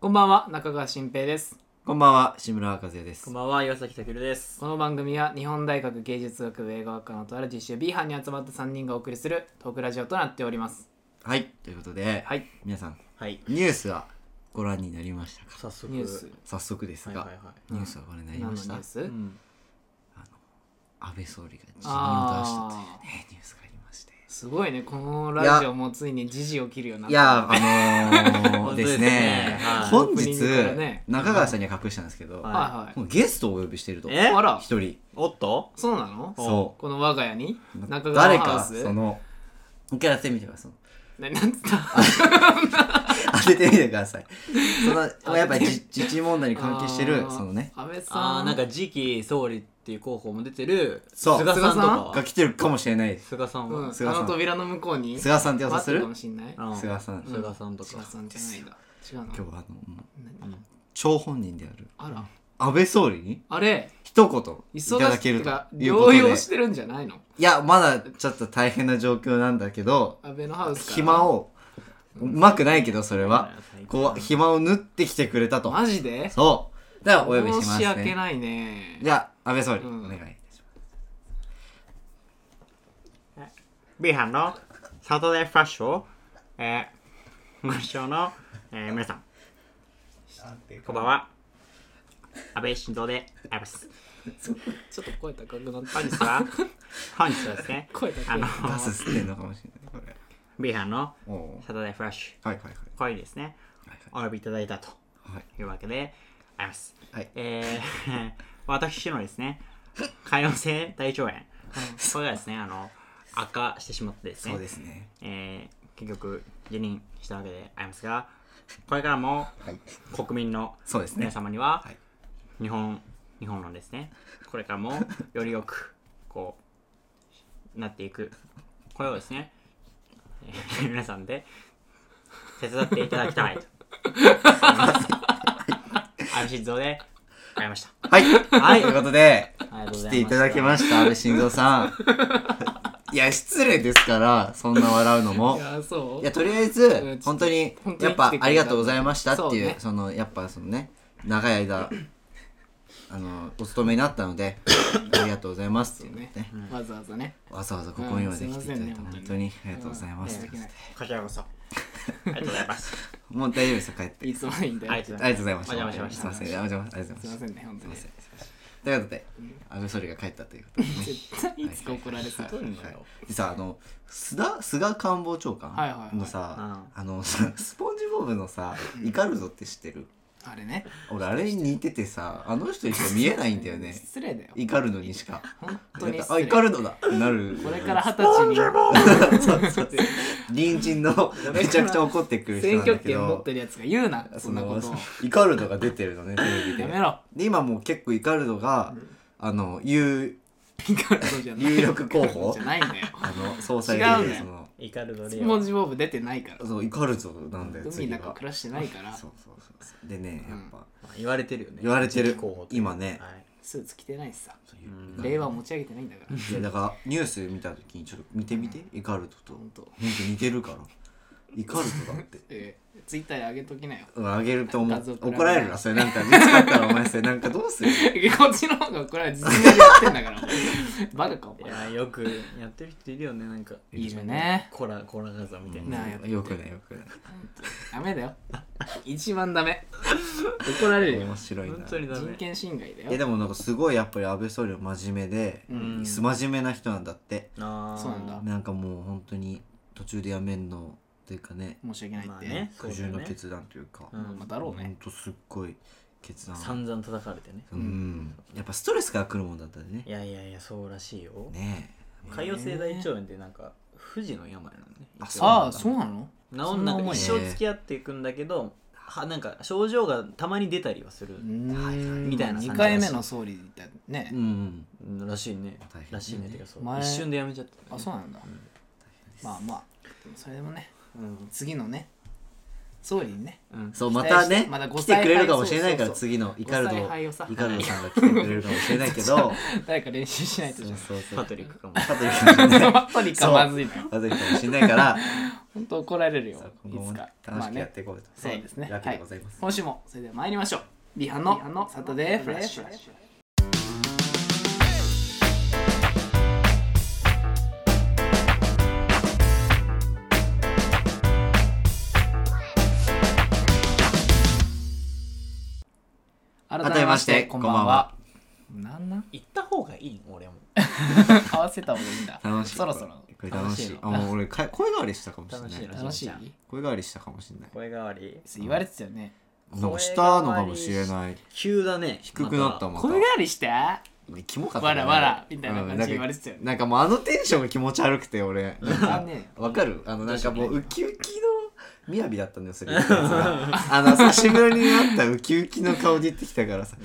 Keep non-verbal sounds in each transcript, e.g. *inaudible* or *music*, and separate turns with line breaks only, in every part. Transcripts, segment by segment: こんばんは中川新平です
こんばんは、志村和也です
こん。ばんは、岩崎武です。
この番組は日本大学芸術学部映画学科のとある実習 B 班に集まった3人がお送りするトークラジオとなっております
はい、ということで、
はい
皆さん、
はい。
ニュースはご覧になりましたか
早速。
ニュース
早速です
はい
が、
はいは
ニュースはご覧になり
何の
ま
ニ
した
ュー
安
ス、
い。うん。
倍総理が辞任を出したと
あ
いうね、ニュースがありまして。
すごいねこのラジオもついに時事を切るようになっ
い
た
や
*laughs*
ー、あのー、
本当
で
ですすね
ね、
はい
本
オー
日
プニングからね、
中川さんには隠したんですけど、
は
はいは
もうゲストをお呼びしていると。
え
いあら
一人。
おっと
そうなの
そ
この我が家に
う。
中
誰
川ハウ
か、
ス
その、一回やってみてください。
ななんつった
当ててみてください。
*laughs*
その、やっぱり自自治問題に関係してる
あ、ー
そのね、
安倍さん
あー、なんか次期総理っていう候補も出てる、
そう
菅さんと
が
か。
来てるかもしれないです。
菅さん
うん、
は。
菅
あ
さん
の扉の向こうに
菅さんって予想
待っ
す
てる
る
かもしんない
うん
菅さん
うん
菅さんとか
菅。さんじゃないんだ違うの
今日はあのも
何
うん
う張本人である
あら
安倍総理に
あれ
一言いた
忙
だ
し
け
い
る
と
と
か
いうこと
療
で
養してるんじゃないの
いやまだちょっと大変な状況なんだけど
安倍のハウスから
暇をうまくないけどそれは
最高
こう暇を縫ってきてくれたと
マジで
そうだからお呼びしま
申し
す
訳
ね
ないね
じゃあ安倍総理お
うん
願いいたし
ビーハンのサタデーファッション、えー、ご視聴の、えー、皆さん、こんばんは。安倍晋三であります。
ちょっと声高くな
*laughs*
った
本日
*laughs*
は、本日はですね、
声高
あ
く
の
なっ、
ますガス吸ってんのかもしれないこ
ビーハンの
れおお
サタデーフラッシ
はいはいはい
ュ、これにですね、お呼びいただいたと
はい
いうわけであります。
はい
えー、 *laughs* 私のですね、潰瘍性大腸炎、これがですね、あの、悪化してしまってですね、
そうですね
えー結局辞任したわけでありますがこれからも
はい
国民の
そうですね
皆様には、
い
日本日本のですねこれから
*laughs*
もよりよくこうなっていくこれをですね、えー皆さんで手伝っていただきた
*laughs*
いと安倍晋三でありました
はいはいということで
ありがとうございます
来ていただきました安倍晋三さん *laughs* いや失礼ですからそんな笑うの
い
も
やそう
いやとりあえ
う
ず
ん
本当に
本当に
やっぱ
来てくれた
ありがとうございましたっていう
そう
そ
ね
のやっぱそのね長い間あのお勤めになったのでありがとうございますってね
ねわざわざね
わざわざここにまで来ていただいて
うん
本当にありがとうございます
申し訳ない
こちらこそありがとうございます
もう大丈夫ですよ帰って
いつもいいんだよ
あり
す
がとう
ありがとうございました
お邪魔しまし
すい
た
ませんお邪魔ありがとうご
い
ざ
ま
いま
せ
し
んね本当に
すいたということで安倍総理が帰ったということでね
絶対いつか怒られそう
はいはいでさあの菅菅官房長官
はいはいはい
のさあの *laughs* さスポンジボブのさイカルドって知ってる
あれね
俺あれに似ててさあの人にしか見えないんだよね
失礼だよ
イカルドにしか
本当
なん
に
か
失
あ
礼
イカルドだってなる
これから二十歳に
そうそう隣
*laughs*
人のめちゃくちゃ怒ってくる人
選
なんだ
挙
け
権持っ
ど
てるやつが言うなそ
そ
んなこ
の
とを
イカルドが出てるのねテレビ
や
で
め
*laughs*
ろ
で今もう結構イカルドがあの有
イカルドじゃない
有力候
*laughs*
補
じゃないんだよ
あの総裁
違う
で
ね
その
イカルド
ス
レ
ポンジボブ出てないから
そうイカルドなんだよ
海
次
の
が
中暮らしてないから
そうそうそうそうでねやっぱ
言われてるよね。
言われてる
候補って
今ね
はい
スーツ着てないしさ
うん
令和を持ち上げてないんだから
いやだからニュース見た時にちょっと見てみてイカルドと
本
本
当
当似てるからイカルドだって
えー、ツイッターで上げときなよ *laughs*
うんあげると思
画
う
像送られる
怒られるなそれなんか見つかったらお前それなんかどうする
こっちの方がこれは実名でやってんだからお前バカかお
い
前
やよくやってる人いるよねなんか
いるね
コラコラ画像みたい
な
な
あやっぱ
よくないよくない
ダメだよ一番ダメ怒られるよ
面白いな
本当にダ
人
メ
権侵害だ
え
よ
でもなんかすごいやっぱり安倍総理は真面目で、
ん
真面目な人なんだって
あー
そうなんだ
なんかもう本当に途中でやめんのというかね
申し訳ないって、
まあね
苦
そうだ
渋
よね
の決断というか
うん
まあだろう
ほん
ね
とすっごい決断
散々叩かれてね
うんやっぱストレスが来るもんだったんでね
いやいやいやそうらしいよ
ね
潰瘍性大腸炎ってなんか不治の病なのね
あ
一応
さあそうなの
治
そん
ん
な
な
重いね
く一生付き合っていくんだけどはなんか症状がたまに出たりはするみたい
2
な感じらしい
回目の総理だね、
えうんうん
らしいね
大変
らしいねてかそう
前
一瞬でやめちゃったね
あそうなんだまあまあでもそれでもね
うん
次のね総理にね
うん、
そうまたね
まだ
来てくれるかもしれない
そ
から
うそう
次のイカルド
ご采配をさ
イカルドさんが来てくれるかもしれな
*laughs*
いけど
誰か練習しないと
そう
じゃん
そ
*laughs*
うそう
パトリックかも
パトリックかもしれない
パトリックはまずいな
そうパトリックかもしれないから
本当怒られるよ
そう今
い
後も
つ
ね
か
楽しくやっ
ね
ていこうと
そうですね
わけでございます
今週もそれでは参りましょうビハのサタデーフレッシュ改めましてこんばんはなんなん
行った方がいい俺も
合わせた方がいいんだ
楽しい
そろそろ
これ楽しいあ
の
もう俺か声変わりしたかもしれ
楽しい
ない
な
楽しい
声変わりしたかもしれない
声変わり
言われてたよね
なんかしたのかもしれない
急だね
低くなったもん
声変わりして
キモかった
わ
ね
らわらみたいな感じで言われてたよ
う
ね
んなんかなんかもうあのテンションが気持ち悪くて俺なん
あ
か
ね
わかるあのなんかもうウキウキの雅だったん
*laughs*
だよそれ言ったやつがあの久しぶりに会ったウキウキの顔で言ってきたからさ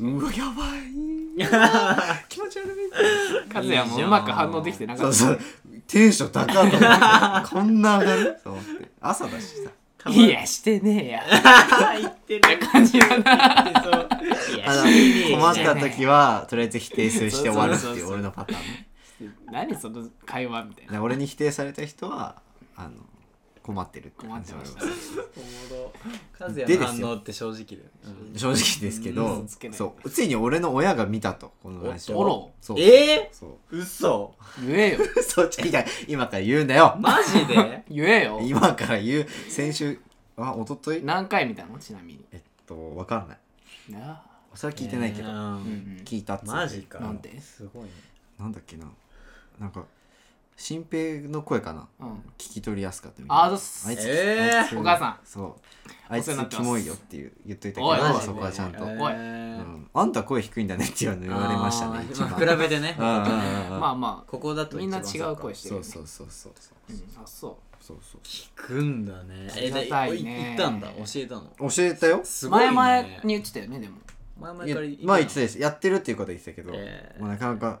うわやば
*laughs*
い気持ち悪い
カズヤもうまく反応できてなか
そう
っ
そうテンション高かったこんな上がると思って朝だ
*laughs*
しさ
たいやしてねえ *laughs* や
言ってる
感じだな
そう
いや
あの
し
困った時はとりあえず否定するして終わるって
そうそう
い
そう
う
そう
俺のパターン
何その会話みたいな
で俺に否定された人はあの困ってるって
困
感
っ
じ
て
は
ま
あり
し
ま
た
す
カズヤ
で
の
ですよ
反応って正直だよねうん
正直ですけ
う
ど
んつけない
そうついに俺の親が見たとこの話
おろ
そう
え
そう
ー、嘘
*laughs* 言えよ
そう違う違う今から言うんだよ
マジで
言えよ
今から言う先週あ一昨日
何回見たのちなみに
えっとわかんない
なあ
それ *laughs* は聞いてないけど、
う
うんうんん
聞いたっつって
マジか
なんです
ごいね
なんだっけななんか新平の声かな
うん
聞き取りやすかったみ
あざっす
あいつ、
えー
あいつ
お母さん
そうあいつ
お世話になって
キ
ます
モいよっていう言っといたけ
おい
ど
マジ
そこはちゃんと、
え
おい、
うん、あんた声低いんだねっていうの言われましたね一番
まあ、比べてね
うんうんうんうん
まあま
ここだ
あ
と
み
一
んな
番
違う声してる
そ
よ
う
ね
そうそうそうそう
うんあそ
そうそ
聞くんだね
ありがたいね
えだ言ったんだ教えたの
う教えたよ
う
す
前々に言ってたよねでも
前々
いや
から
まあ
い
言ってたですやってるっていうことは言ってたけど、
えー
まあ、なかなか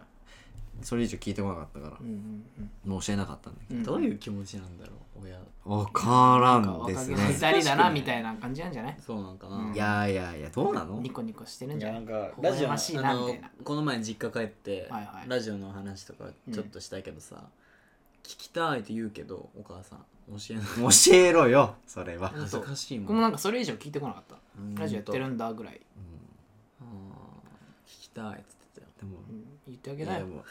それ以上聞いてこなかったから、
うんうん
もう教えなかったんだけ
うん
どういう気持ちなんだろう親
ど分から
なんか
んで
若
す
気
ね
の至りだなみたいな感じなんじゃない
そうなんかな、
うん
いやいやいやどうなの
ニコニコしてるん
い
じゃ
や
な
ないんか
微
ラジ
笑
オの
ましいな
あ
み
の
たいな
この前実家帰って、
はいはい
ラジオの話とかちょっとしたけどさ、聞きたいって言うけどお母さん教えない
教えろよそれは
恥ずかしい
僕
も
も
ん
なんかそれ以上聞いてこなかった
うん
ラジオやってるんだぐらい、
あー聞きたいって言って
でも
うん言ってあげ
い
な
や
よ
もう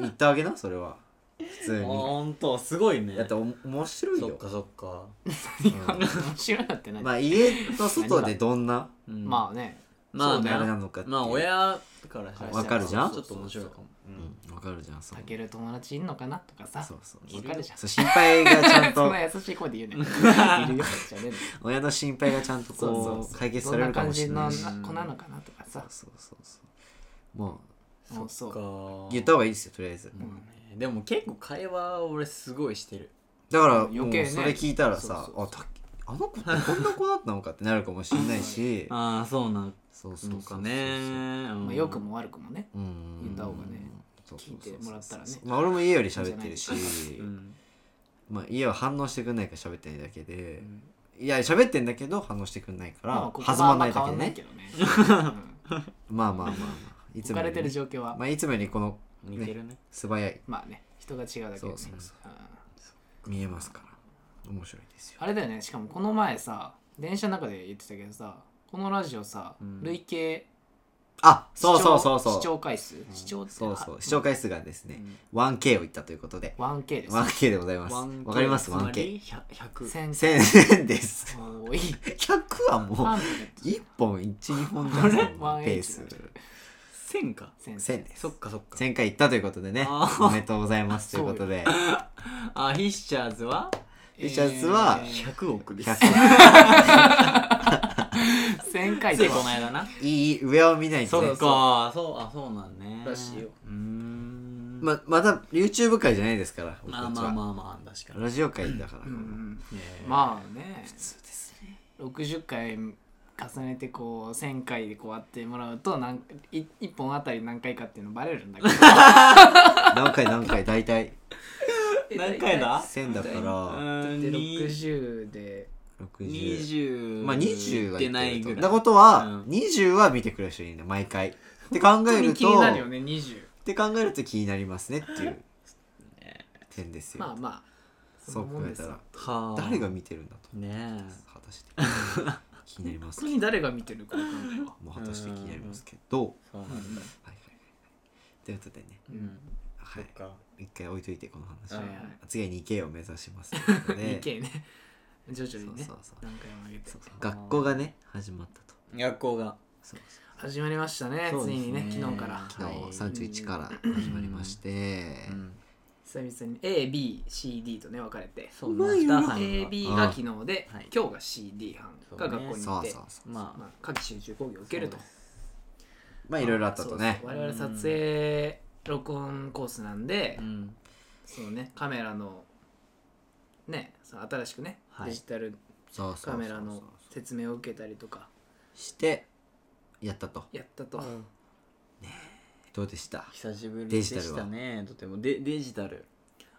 言ってあげなそれは普
た
通
よ
に
ほんとすごいね
だってお面白い
そっ
よ
かそっか
面白いなってない、
ま
まあ、
あ家の外でどんな
う
ね
んまあ
そう
ね
だよあれなのかっていう
まあ親からしたら
わかるじゃん
ちょっと面白いかも
うんわかるじゃんそ
か
の
ける友達いんのかなとかさ
そうそう
わかるじゃん
そう心配がちゃ
*laughs*
ん
そん
と
な優しい声で言
*laughs*
うねいるよじゃねえんだよ
親の心配がちゃんと
そう
こ
そうう
解決
ど
さ
ん
れ
な
るか
感
もし
じ
れ
の
ない
な
し
うん
子なのかなとか
そう
さ
そうそうそうも
そうそう
か
う言った方がいいですよとりあえず
ん
まあねでも結構会話俺すごいしてる
だから
余計ね
もうそれ聞いたらさ
そうそ
あたあの子ってこんな子だったのかってなるかもしれな
*laughs*
いし
ああそうな
そうそうそう
の
そ
か
う
ね
まあ、良くも悪くもね
うん
言った方がね
そうそうそ
聞
う
いてもらったらね
まあ、俺も家より喋ってるし、
うん
まあ、家は反応してくんないから喋ってないだけで、いや喋ってんだけど反応してくんないから、
ここ
弾まないだけ
はあ
で
んま
ね
変わんないけど
*laughs*
ね、
まあまあまあ、まあ、い
うん、置かれてる状況は
まあ、いつもよりこの
似てるね
素早い
まあね人が違うだけで、ね、
そうそうそ
うん
見えますから面白いですよ
あれだよねしかもこの前さ電車の中で言ってたけどさこのラジオさ、
うん
累計
あ
視聴
そうそうそう
視
そう
聴回数、視聴って
そうそう視聴回数がですね、1K をいったということで
1K です、
1K でございますわかります 1K1000
100
1000
1000です
もういい
100はもう1本12本じゃんその
あれ
ペース
1000か
1000です
そっかそっか
1000回行ったということでね
あー
おめでとうございますということで
あフィッシャーズは
リチャーズは
100億です
100
1000回
つい
で
この間ない
い上を見ないと
そ
ね
っかそうあそうなんね
らしいよ
うーん
ままた YouTube 界じゃないですから僕たち
まあ
は
まあまあまあ確かに
ラジオ界だから、
うんうん
ね
まあね
そうですね
60回重ねてこう1000回でこうやってもらうとなんい1本あたり何回かっていうのバレるんだけど
何回何回大体
*laughs* 何回だ
1000だか
う
ら
ーんに
60で
60
20
まあ20
いっ
は
てないぐらい
だことは、
うん
20は見てくる人いるんだ毎回って考え
本当
る
に気に
と
なるよね20
って考えると気になりますねっていう点ですよ、
まあまあ
そう考えた
よ
ら
はあ
誰が見てるんだと
ねえ
果たして気になります
本当に誰が見てるかわかんないわ
もう果たして気になりますけど、はい
そうなん
う
だ
ん
はいはいということでね、
うん
はい
そっ、か
一回置いといてこの話
うん
次は 2K を目指し
*laughs*
ますということで
2K ね徐々にね
そうそうそう
段階を上げて
学校がね始まったと
学校が
そうそう
始まりましたね
そう
つ
ですね
いにね昨日から
昨日
はい
31から始まりまして、
うん
久々に ABCD とね分かれて
そうなんだはい
AB が
うん
昨日で
はい
今日が CD 班が学校に
そ
行っ
う
て
そうそう
まあ
まあ夏季集中講義を受けると
そうです
まあいろいろあったとね
そうそう我々撮影録音コースなんで
うん
そうねカメラのねその新しくね
はい
デジタル
そうそうそ
カ
うそう
メラの説明を受けたりとか
してやったと
やったと
どうでした
久しぶり
デ
で
ジタルは
したねとてもでデジタル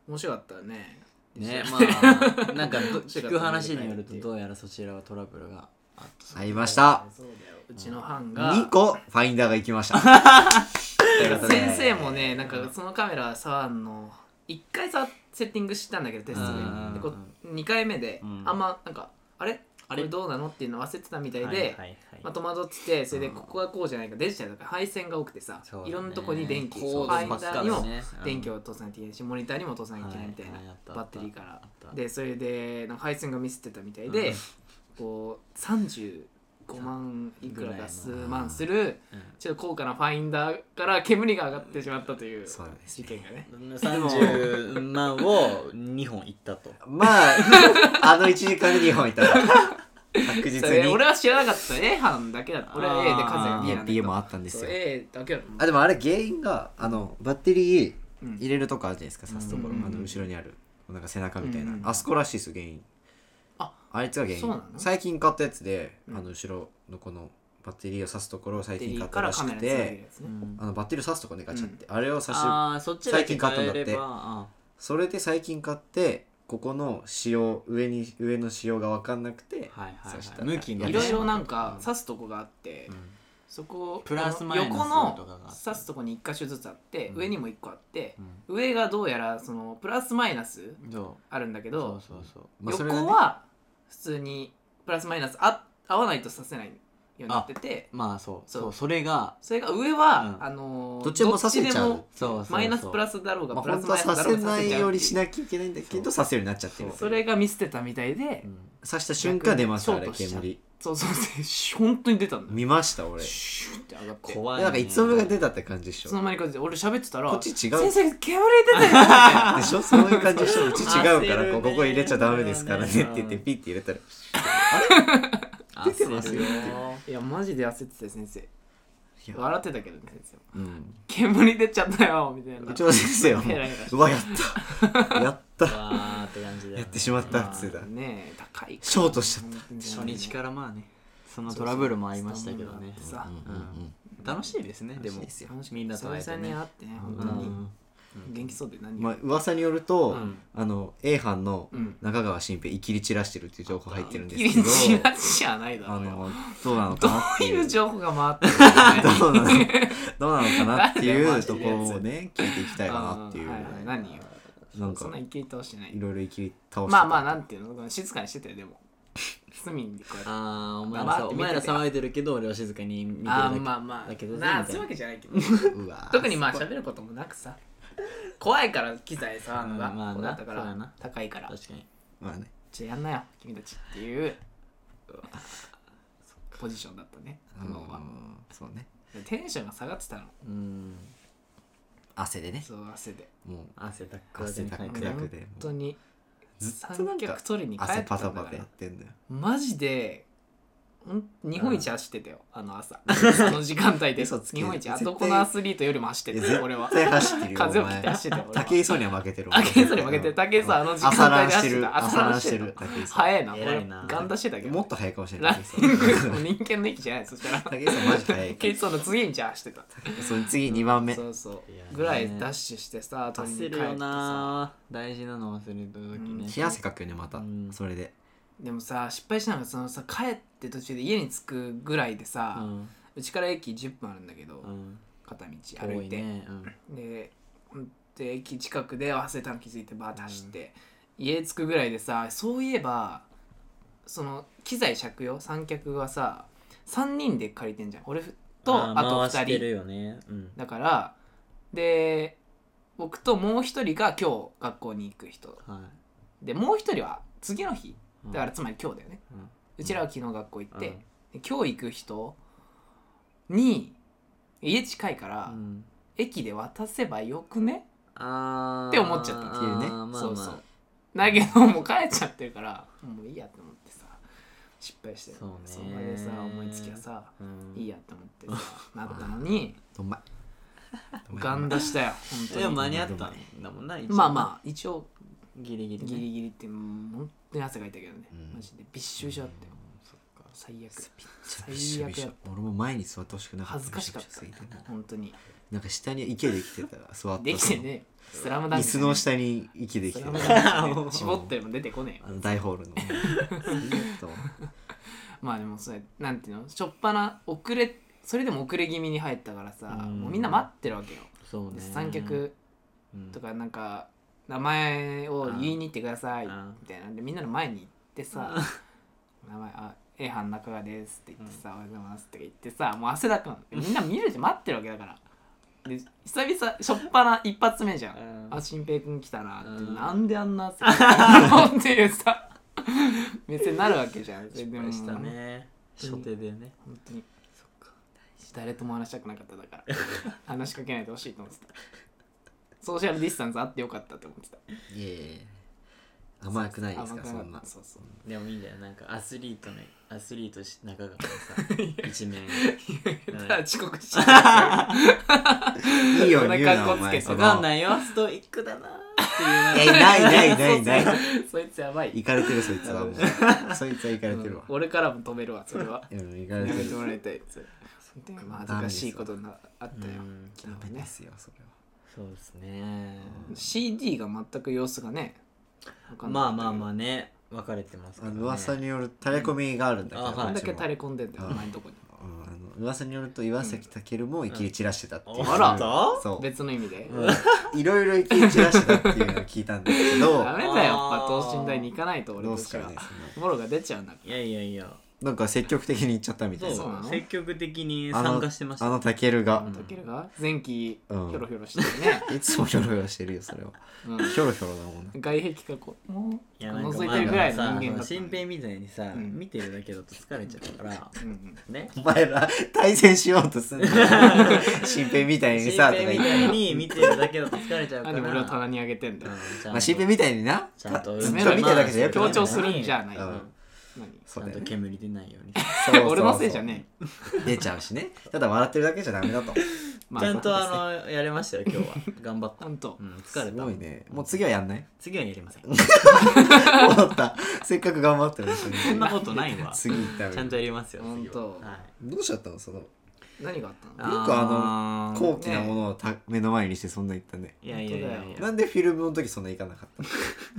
面白かったねデ
ね
ジ
ま
*laughs*
あなんかど聞
違
く
う
話によるとどうやらそちらはトラブルがあった
ありまし
タル
た
*laughs* そうだようちの班が
2個ファインダーが行きましたということで
*laughs* 先生もねなんかそのカメラ触んの1回さセッティングしたんだけどテストで
うん
でこ2回目で、
うん
あんまなんかあれあ
あ
れ
れ
どうなのっていうの忘れてたみたいで、
はいはいはい
まあ、戸惑っててそれで
うん
ここがこうじゃないかデジタルだから配線が多くてさ、
そうだね
いろんなとこに電気
コード
ファインダ
ばっか
ー
だ
にも
ね
電気を通さないといけないし、モニターにも通さないといけないみたいな、
はいはいあった
バッテリーから
あった
でそれでなんか配線がミスってたみたいで、
うん
こう35万いくらか数
ぐらいの
万する
うん
ちょっと高価なファインダーから煙が上がってしまったという
そうです
事件がね
30万を2本いったと
まああの1時間で2本
*laughs*
いたから確
そ
実
れ
に
俺は知らなかった A 班だけだった俺は A で数が
は
B なんだけ
EMP
ど
もあったんです
そう
よ
A だけだった
あでもあれ原因があのバッテリー
うん
入れるとこあるじゃないですか刺すところ、
うん
あの後ろにあるなんか背中みたいな、
うん
あそこらしいです原因
あ
いつが原
そうなの
因最近買ったやつで、
うん
あの後ろのこのバッテリーを刺すところを最
デリ
近買
ー
っ
か
た
ら
らし
カメラ
く
につなげる
て
やつね
あのバッテリーを刺すとこねガチャって、あれを刺し
ああそっちだけ変えれば
それで最近買ってここの仕様上に上の仕様が分かんなくて、
はいはい
刺し
は
た
い向きに
や
い
つ
ろいろなんか刺すとこがあって、そこを
プラスマイナス
あ
と
の
か
横
が
の
あって
刺すとこに1箇所ずつあって、
うん
上にも1個あって
う、ん
上がどうやらそのプラスマイナス
うんど
あるんだけ
うそう
ど
そうそう
まあそれが
横
ね
は普通にプラスマイナスあ合わないと刺せないようになってて
まあそう
そう
そうそれが
それが上は、
うん
あのー
どっちでも刺せちゃう
どっちで
そうそう
も
そう
マイナスプラスだろうが
まあ、
プラ
本
ス
当
マ
は
イナ
さ
スだろ
せ
うが
ないようにし
い
なきゃいけないんだけどさせるようになっちゃってる
それがミスってたみたいで、
うん
刺した瞬間出ますよあれ
逆にショートし
煙
そうそうそう本当に出たんだよ
見ました俺
シューって上がって
怖い
なんかいつの間にか出
た
たって感じでし
その
ょ
間にこうやって俺喋ってたら
こっち違う
先生煙出てるよみたいな
でしょ *laughs* そういう感じでしょうち違うから
焦るね
ここここ入れちゃダメですからねって言ってピッて入れたら出てますよ
いやマジで焦ってたよ先生
や
笑ってたけどね先生も
うん
煙出ちゃったよみたいな
うちの先生はも
ヘラヘラ
ううわ
*laughs*
やったやった
わーって感じだよね
やってしまったっつってた
ねえ高い
ショートしちゃった
初日からまあねその
そう
トラブルもありましたけどね
そうそう
うんうんうん
楽しいですねで
楽
も
しいですよ
楽し
みんなと会えて
久々
ね
に会ってね本
う
当に
ん
元気そうで何
ま
よ
あ
り
噂によると
うん
あの A 班の
うん
中川新平生きり散らしてるっていう情報入ってるんで
ギ *laughs* リ
すけど
チラシじゃないだろ
あ
うよ
のどうなのかなって
どう
い
いうう情報が回ってるのかね
どうなのどうなのかなっていうところをね聞いていきたいかなっていう、
んはいはい何よ
なん
そん
か
なイケイ倒してない
いろいろ生き倒して
まあまあなんていうの静かにしてたよでも隅にこうやって
あーお前らさ
黙って見て
お
て
前ら騒いでるけど俺は静かに見てる
あ
だ
あ
け
まあまあ
だけどね
なあ
みた
そういうわ
いな
けじゃないけど
うわ
特にまあ喋ることもなくさ怖いから機材触るのが、
うんまあな
こうだったか
そうや
ら
な
高いから
確かに
まあね
じゃあやんなよ君たちっていうポジションだったね
あ
昨
の
日は
そうね
テンションが下がってたの
うん
汗でね
そう汗で
もう
汗だく
汗だくだくでも
本
う
当に
ずっとなん
三
か
脚取りに帰って
汗
た
パ
んだ
タ
か
パ
ら
タやってんだよ
マジでん日本一走ってたよ、あの朝その時間帯で
嘘つけ
日本一あ
絶対
どこのアスリートよりも走って
い
た
や
よ俺は
絶対走ってる
*laughs*
よ
風
お
を切って
前
走ってたよ俺は
武井壮には負けてる
武井壮には負けてる武井壮はあの時間帯で
朝ランして
走って
る
た
朝ランしてる武井壮
早いな
偉いな
俺ガン出してたけど
もっと早いかもしれな
ラ
い
ンニ
武
ン
井
グ
壮
もう人間の域じゃないそしたら
武井壮マジ早いか
ケイツの次にじゃあ走ってた
らその次2番目
そうそう
いやね
ぐらいダッシュしてさ取りに帰
焦る
って
よ
さ
な大事なの忘れた時ね
冷や汗かくよねまた
うん
それで
でもさ失敗したのがそのさ帰って途中で家に着くぐらいで
う
さ
ん
うちから駅10分あるんだけど
うん
片道
遠
歩
い
いて
ねうん
でほんで駅近くで忘れたの気づいてバーッて走って、家着くぐらいでさそういえばその機材借用三脚はさ3人で借りてんじゃん俺と
あー
あと
回して
2人
るよねうん
だからで僕ともう1人が今日学校に行く人
は
でもう1人は次の日
い
だからつまり今日だよね、
うん
うちらは昨日学校行って、
うん
で今日行く人に家近いから、
うん
駅で渡せばよくね
あー
って思っちゃった
っていうね
あーまあ
そう
まあ
そうだけどもう帰っちゃってるからもういいやと思ってさ失敗して
そうね
そこでさ思いつきはさ
うん
いいやと思ってさなったのに
どんまい
ガン出したよ本当
でも
に
間に合ったんだもんな一応
まあまあ一応
ギリギリね
ギリギリってうん本当に汗かいたけどね
うん
マジでびっしょびしょだったよ最悪
最
最
悪
悪
や
やっ
っ
た
俺も前に座ってほしくな
た
かった
恥ずかしかった
めちゃくちゃ過ぎて
本当に
なんか下に池できてたら座っ
で
て
きてねスラムダン
椅
ク
子の下に息でき
ス
て
ラ
る
ムダンクね絞っても出てこねえよ
あの大ホールのずっと
まあでもそれなんていうのしょっぱな遅れそれでも遅れ気味に入ったからさ
うん
もうみんな待ってるわけよ
そう
で
ね
三脚とかなんか名前を言いに行ってくださいみ
うん
たいなんでみんなの前に行ってさ名前あ A 班中川ですって言ってさ、おはようございますって言ってさもう汗だくなのみんな見るじゃん待ってるわけだからで久々しょっぱな一発目じゃん、
うん
あ新平君来たなって、
うん
なんであんな汗かいてんのっていうさ目線になるわけじゃんそれ
*laughs* 失
で
敗した
もう
ね初手でね
本当に誰とも話したくなかっただから話しかけないでほしいと思ってたソーシャルディスタンスあってよかったと思ってた
いえいえ甘くないです
甘
か
く
そ
か
んな
ったそうそう
でもいいんだよなんかアスリートねアスリートし中川のさ *laughs* 一面
*laughs* ただ遅刻しちゃう
いいように言う
そんな
なお
格好つけ
前
て
そ
わ
の
かんないよストイックだなーっていうな
い
んか
やない *laughs* ないないないない
そいつやばい
行かれてるそいつはもうそいつは行かれてるわ
俺からも止めるわそれは
うん行か
や
れて
め
る
てもらいたいそれでまあ恥ずかしいことになあったよ
うん
昨
ダ
日
メで
ね
すよそれは
そうですね
CD が全く様子がね
まあまあま
あ
あね分かれてますか
あ
らね
の噂によるタレコミがあるんだけど、
あはい
こんだけ垂れ
レ
込んでんだよ
うん
お前んとこに
うん、あの噂によると岩崎健も生き散らしてたっていう、
うん
あら
そう
別の意味で
いろいろ生き散らしてたっていうのを聞いたんだ
*laughs*
けど
ダメだよやっぱ等身大に行かないと俺
どう
と
す
して
かね
は
その
ボロが出ちゃうんだから
いやいやいや
なんか積極的に行っちゃったみたい
そう
な
なの
積極的に
あの
参加してました
あのタケルが、
タケルが前期ひ
うん
ょろひょろしてるね、
いつもひょろひょろしてるよそれは
うん
ひょろひょろだもんな
外壁がこうもう
いやなんか
覗い
まあ
てるぐらいの人間だ
ま
った
あさ新兵みたいにさ、
ん
見てるだけだと疲れちゃうから
うんうん
ね
お前ら対戦しようとすんの新兵みたいに
新
さとか
兵
言っ
み
た
い
て、
に見てるだけだと疲れちゃうか
なん
ら
で俺を棚にあげてんだよ
まあ、新兵みたいにな
ちゃんと
ずっと見てるだけじゃよくない
強調するんじゃない、
うん
何
ち
そ
ゃ
うんだよ
と
ね
煙出ないように
そうそうそう
俺のせいじゃねえ、
出ちゃうしねただ笑ってるだけじゃダメだと
ま
ちゃんと
そうですね
あのやれましたよ今日は頑張っ
ち
た、
ゃ
うん
と、
ん、疲
す
れた
ごいねもう次はやんない
次はやりません
戻ったせっかく頑張ってるし
そんなことない *laughs* わち
次行った
ゃんとやりますよ
ほん
次は、
と
はい、
どうしちゃったのその
何があったの
よくあ
あ
の
ー
高貴なものをた目の前にしてそんな言ったね
いやいやいやいや
なんでフィルムの時そんな行かなかったの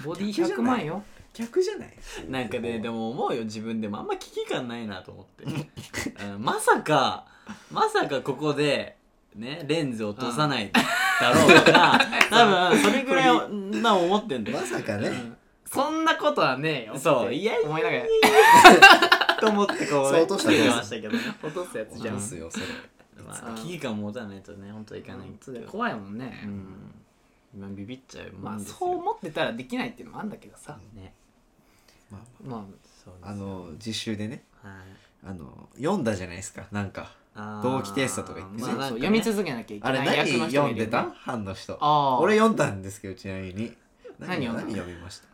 ボディ100万よ
逆じゃない
なんかねでも思うよ自分でもあんま危機感ないなと思って、 *laughs* うんまさかまさかここでねレンズ落とさないだろうとか *laughs* 多分それぐらいな思ってんだよ
まさかね
そんなことはねえよ
そういやいや
思いながら
と思ってこう
そう
ね
落としたら
見てましたけどね、
落とすやつじゃん、
ですよそれ
まあ、危機感持たないとね本当はいかない
そうだよ怖いもんね、
うん今ビビっちゃうも
まあ
んですよ
そう思ってたらできないっていうのもあるんだけどさ、
ね
まあ
まあ
そうです
あの実習でね
はい
あの読んだじゃないですかなんか
あー
同期テストとか言ってね
そう
まあなんかね
読み続けなきゃいけ
あ
な
れ
い
何
役の人が
読
い
ん
るよ
で
ね
た班の人
あー
俺読んだんですけどちなみに
何読んだ
何読みました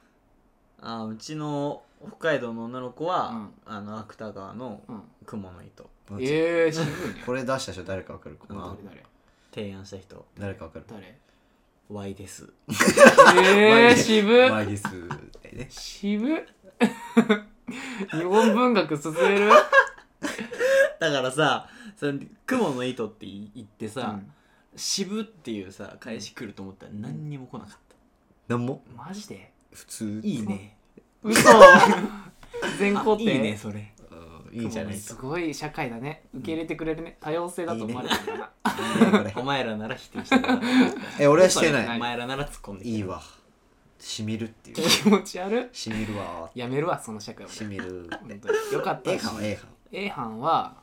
あーうちの北海道の女の子は、あの芥川の
うん
「雲の糸
ええ
*laughs*
渋いね
これ出した人誰かわかるこの
誰
提案した人
誰かわかる
誰
*laughs* 「Y です」
誰えー、
う
渋
ま
っ
いですってね
渋っ日本文学進める
だからさ「その雲の糸」って言ってさ
さ
「渋」っていうさ返し来ると思ったら何にも来なかった
何も
マジで
普通
「いいね
嘘全肯定
いいねそれ
うんいいじゃないです
す
か
ごい社会だね受け入れてくれるね多様性だと思われてるな
お前らなら否定
*laughs*
してくれ
え俺はしてな
*laughs*
い
お前らなら突っ込んで
いいわしみるっていう
気持ち悪
しみるわ
いやめるわその社会は
しみ
*laughs*
る
本当によかった
ええ
し
かもええかも
A 班は、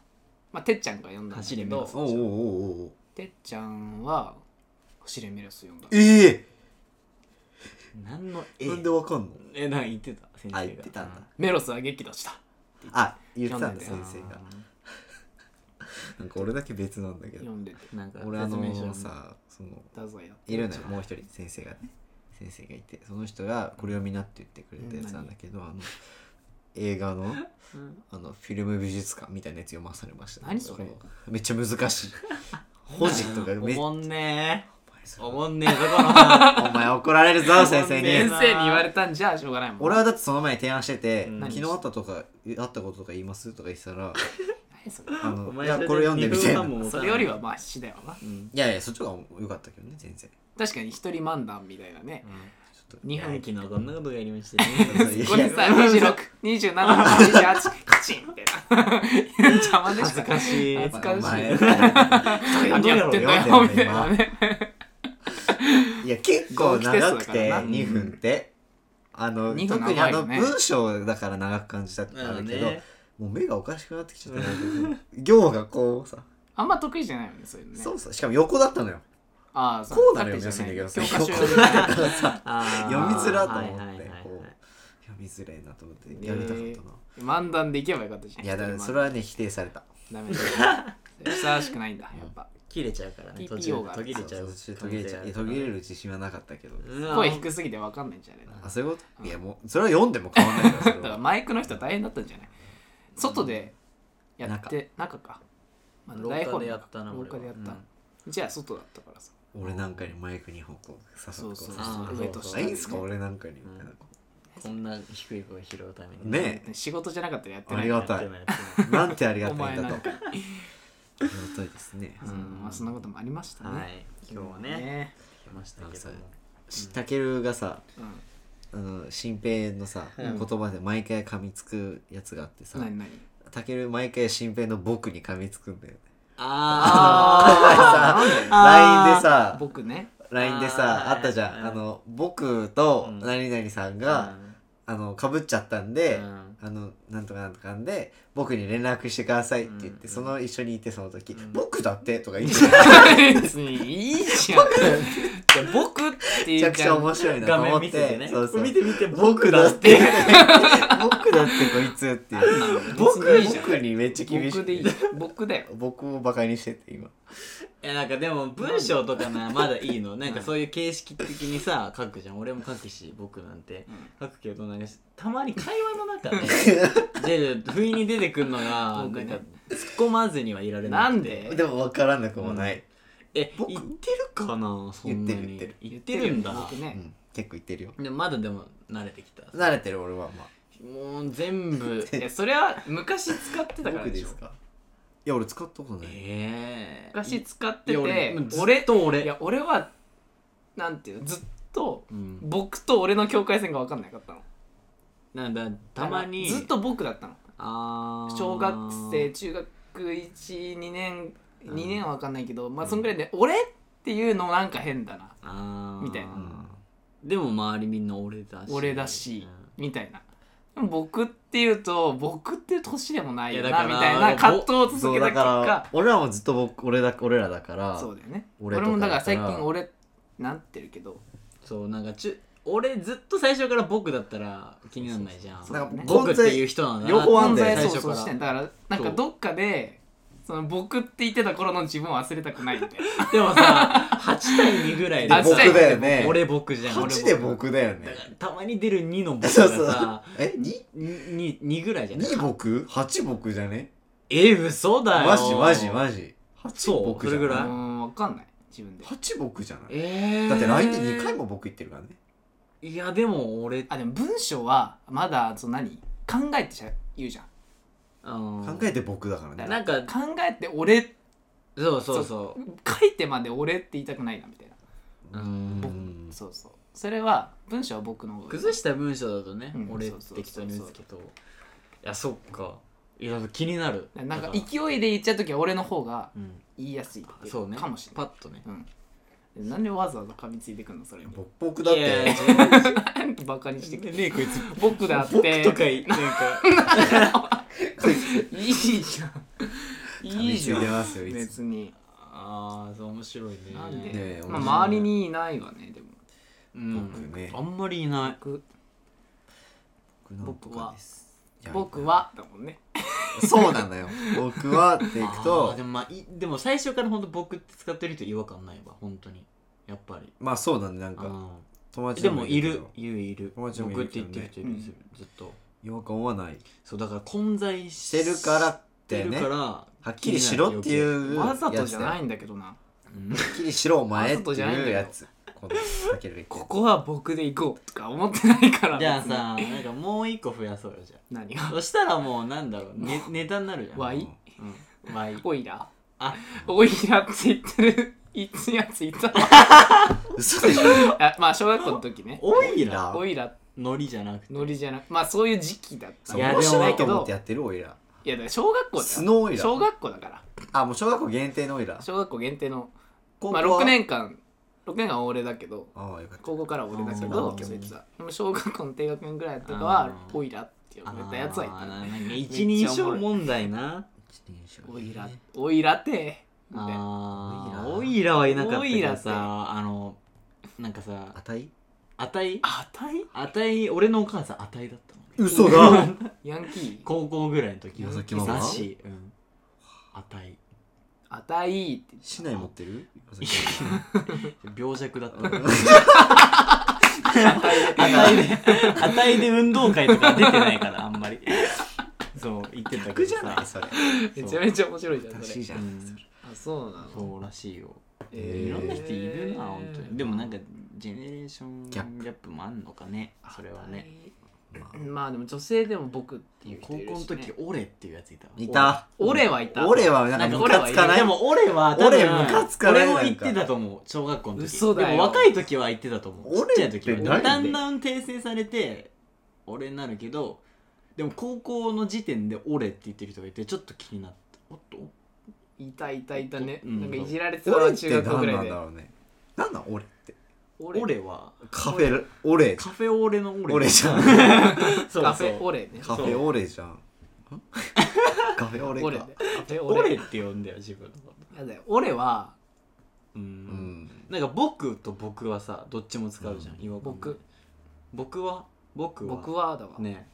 まあ、てっちゃんが読んだんだ
走
け
れ目指
ど
す
おうおうおうおう
てっちゃんは「走れメロス」読んだ
ええ
何の絵
なんでわかんの
え何言ってた先生が
あ言ってたんだ
メロスは激怒した
あ言ってたんだ
読
先
んで
生が *laughs* なんか俺だけ別なんだけ
読
ど
んでて
なんか
俺あ
説明書
の
の
さその
太宰やって
いるのよもう一人先生がね先生がいてその人がこれを見なって言ってくれたやつなんだけどあの映画のあのフィルム美術館みたいなやつ読まされました
何それ
このめっちゃ難しい保持とか
お
めっちゃ
もんねえお
お
もんねえど
*laughs*
この
前怒られるぞ先生
先
に
生に言われたんじゃしょうがないもん
俺はだってその前に提案してて
うん
「昨日あったとかあったこととか言います?」とか言ってたら「
何それ
あ
お
のい
前
やこれ読んで」みたいな
二分半も持たな
そ
い
れよりはまあ必死だよな
うん
いやいやそっちの方が良かったけどね全然
確かに一人漫談みたいなね
ちょっと
2
いや
分
昨日こんなことがやりましてね
これさ262728カチンってな邪魔でしか
恥ず
ない
かしい
恥ずかしい
お前
何やってんだよ
読
み
ん
た
で
い
んの
な
今
ね
いや結構長
同期
くて *laughs*
テ
2
ストだからな
分って、あの、
二分
特にあ
長い
の
よね
文章だから長く感じたってのあるけど、
まあね
もう目がおかしくなってきちゃったな *laughs* 行がこうさ、
あんま得意じゃないよねそういうのね
そうそうしかも横だったのよ
ああそ
こうなるよね
縦じゃない
要す
教
るに
科書
横
用
だ
で
ったから
*laughs*
さ
読
読みづらと思って、こう
はい
読みづらいなと思ってやりたかったな、
漫談でいけばよかったじゃん
いやだから
一人漫談
それはね否定された
ダメだふさわしくないんだやっぱ
切れちゃうからね途中
TPO が
途切れちゃう
そう途切れちゃういや途切れる自信はなかったけど、
声低すぎてわかんないんじゃねえ
あそういうこといやもうそれは読んでも変わんないからそれ
*laughs* だ
は
からマイクの人は大変だったんじゃない外でやって中か、まあ、
廊
台
下
本
でやったな
廊
俺は
下でやった、じゃあ外だったからさ
俺なんかにマイク2本こう刺
そ
すと
う
か
そう
さ
あ
そ
ー
う上と
そ
下
う
い
で
いんすか俺なんかに、
ん
みたいな
こんな低い声拾うために
ねえ
仕事じゃなかったらやって
あ
ない
り
から
がたいなんてありが
お
たい
前
ん
な
だと
んか
ありがたいですね
うんまあ、そんなこともありましたね、
はい今日はね来ましたけども
しタケルがさ
うん
あの新平のさ、
うん
言葉で毎回噛みつくやつがあってさ
何何
タケル毎回新平の僕に噛みつくんだよね *laughs*
あー
LINE でさ
*laughs* 僕ね
LINE でさ
あ
あ
ー
ったじゃん、
うん
あの僕と
うん
何々さんが、あのかぶっちゃったんで、
うん
あのなんとかなんとかんで僕に連絡してくださいって言って、
うん
その一緒にいてその時「
うん
僕だって」とか言ってめ
別にいいじゃんいや僕って
ち
言
ゃ
う
く
じ
ちゃ
ゃん
面白いな
画
と思
面
っ
見
て
ててね
そうそう
見て見て
僕だって *laughs* 僕だってこいつっていう僕
別にいいじゃん
僕にめっちゃ厳し
僕でいい
い
僕だよ
僕をバカにしてて今
いやなんかでも文章とかなまだいいのなんかそういう形式的にさ書くじゃん俺も書くし僕なんて書くけどなんかたまに会話の中でで不意に出てくるのがなん
僕
か
ね
突っ込まずにはいられなくて
なん
でも分からなくもない、
え
僕
言ってるかなそんな
言
に
ってる
言ってるんだ
僕
う
ね
ん結構言ってるよ
でまだでも慣れてきた
慣れてる俺はまあ
もう全部
いやそれは昔使ってたから
僕
で
で
しょ
すかいや俺使ったことない
ええ
昔使ってて
いや俺もうずっと
俺と
俺
いや俺はなんていうのずっと
うん、
僕と俺の境界線が分かんなかったの
なんだたまに
ずっと僕だったの
あー
小学生中学12年2年は分かんないけどまあそんぐらいで俺っていうのなんか変だな
あー
みたいな
うん
でも周りみんな俺だし
俺だし、みたいなでも僕っていうと僕っていう年でもないよ
いや
な
だ
み
から
たいな葛藤を続
そう
けた
だ
結
から
果
俺らもずっと僕俺だ俺らだから
そうだよね
俺
俺
とか
もだから最
だか
近
ら
俺なってるけど
そうなんかちゅ俺ずっと最初から僕だったら気にならないじゃん
そうそうそうなんか
僕っていう人なんだな
両方あ
存
んだ
在そ
よ
最
う
初
そうして
か
んだからなんかどっかでその僕って言ってた頃の自分を忘れたくないみたい
らでもさ8対2ぐらいで
あ
さ
僕だよね
俺僕じゃん俺
8で僕だよね
たまに出る2の僕
*laughs*
が
そうそう
さ
え二
2, 2ぐらいじゃない
2僕 ?8 僕じゃね
え嘘だよ
マジマジマジ
そう
8僕じゃ
それぐ
な
ら
うー
い
ない
ん分かんない自分で
8僕じゃない
えー、
だって LINE で2回も僕言ってるからね
いやでも俺
あでも文章はまだその何考えてしゃ言うじゃん
考
考えて僕だからね
なんか
考えて俺
そうそうそう
書いてまで俺って言いたくないなみたいな
う
うんん
そうそうそれは文章は僕の方が
崩した文章だとね、
うん
俺
そうそうそうそう
適当に打つけどいやそっかいや気になる
なんか
だら
勢いで言っちゃう時は俺の方が
うん
言いやすいってい
そうね
かもしれな
パ
い
ッとね
うん、なんでわざわざ噛みついてくんのそれ
*laughs* 僕僕だっ
いや
*laughs*
て
いや全然
なんてバカにしてくる
ねえこいつ
僕だって
僕とか
*laughs*
いなんか
いいじゃんいいじゃん
噛みついてますよいつも
別に
ああそう面白いね
なんで、
ねえ
まあ、
面白い
周りにいないわねでも
うん
僕ね
あんまりいない
僕
僕
僕は
や
僕はだもんね
そうなんだよ僕はっていく
*laughs* あー
と
でもまあいでも最初から本当僕って使ってる人違和感ないわ本当にやっぱり
まあそうだねなん
う
か
ん
友達
で
に
も
言
い
うけ
る
ど
いるいる
友達もい
僕っ
る
て
け
言
どね
ってる人い
うん
るずずっと
違和感はない
そうだから混在し
してるからっ
して
て
る
ね
から
は
は
っきりしろって
う
いう
わざとじゃ
やつだよ
ないんだけどな
はっきりしろお
わ
前っ
ざ
て
とじゃないんだ
いう
けど
やつこの避けるべき
ここは僕で行こうとか思ってないから
じゃあ
別に
さなんかもう一個増やそうよじゃ
何
あ
が
そしたらもうなんだろう、ね、
*laughs*
ネタになるじゃん
わい
うんわい
オイラ
あ
オイラって言ってるいつやついたわ
嘘でしょ
*laughs* あまあ小学校の時ね
おいら
あ
オイラ
ノリじゃなくて
ノリじゃなくまあそういう時期だった
そう
いや
面白いと
でも
思ってやってるオイラ
いやだから小学校だ
スノーオイラ
小学校だから
あもう小学校限定のオイラ
小学校限定の
高校
ま
は
あ6年間6年間は俺だけど
ああよかった
高校からは俺だけ
あ
ど
ー
拒絶はでも小学校の低学年ぐらいとかは
あー
オイラって呼ばれたやつはい
あー
た
なんか一人称問題な
オイラオイラってみたいな
あー
オ
オ
イ
イラはいなかった
オイ
け
ラ
ど
って
さあのなんかさ
値
あたい
あたい
あたい俺のお母さんあたいだったのね
嘘 *laughs* だ
ヤンキー
高校ぐらいの時
宮崎ママ
だしうんあたい
あたいって
市内持ってる
病弱だったのあたいであたいで運動会とか出てないからあんまりそう言ってたけど
じゃ
さ
ないそ *laughs* れ
めちゃめちゃ面白いじゃん
正
そ
し
れ
いじゃ
うんん
あそうなの
そうらしいよ
えー
いろんな人いるな本当にでもなんかジェネレーションギ
ギ
ャ
ャ
ッ
ッ
プもあんのかねそれはね
まあ
まあでも女性でも僕っていう人
高
いるしね
校の時「俺」っていうやついたわ
いた
俺はいた
俺はなんかムカつかない
でも俺は多分
俺ムカつかない
俺も言ってたと思う小学校の時
嘘だよ
でも若い時は言ってたと思うちっちゃい時は
俺って何で
だんだん訂正されて俺になるけどでも高校の時点で俺って言ってる人がいてちょっと気になったおっと
いたいたいたね、
うん
なんかいじられてたわ
俺って
中学校ぐ
何
ら
ないん
で
だろうねなんなん俺って
俺
俺は
カフェ俺
カフェオレの俺
俺じゃん
そう
カフ
そう
ェ俺ね
カフェ俺じゃんカフェ俺
俺で
か
カフェ
俺
俺
って呼んだよ自分のこと
やだよ俺は
う
うんん
なんか僕と僕はさどっちも使うじゃん、
う
今
僕
僕は僕は
僕はだわ、
ね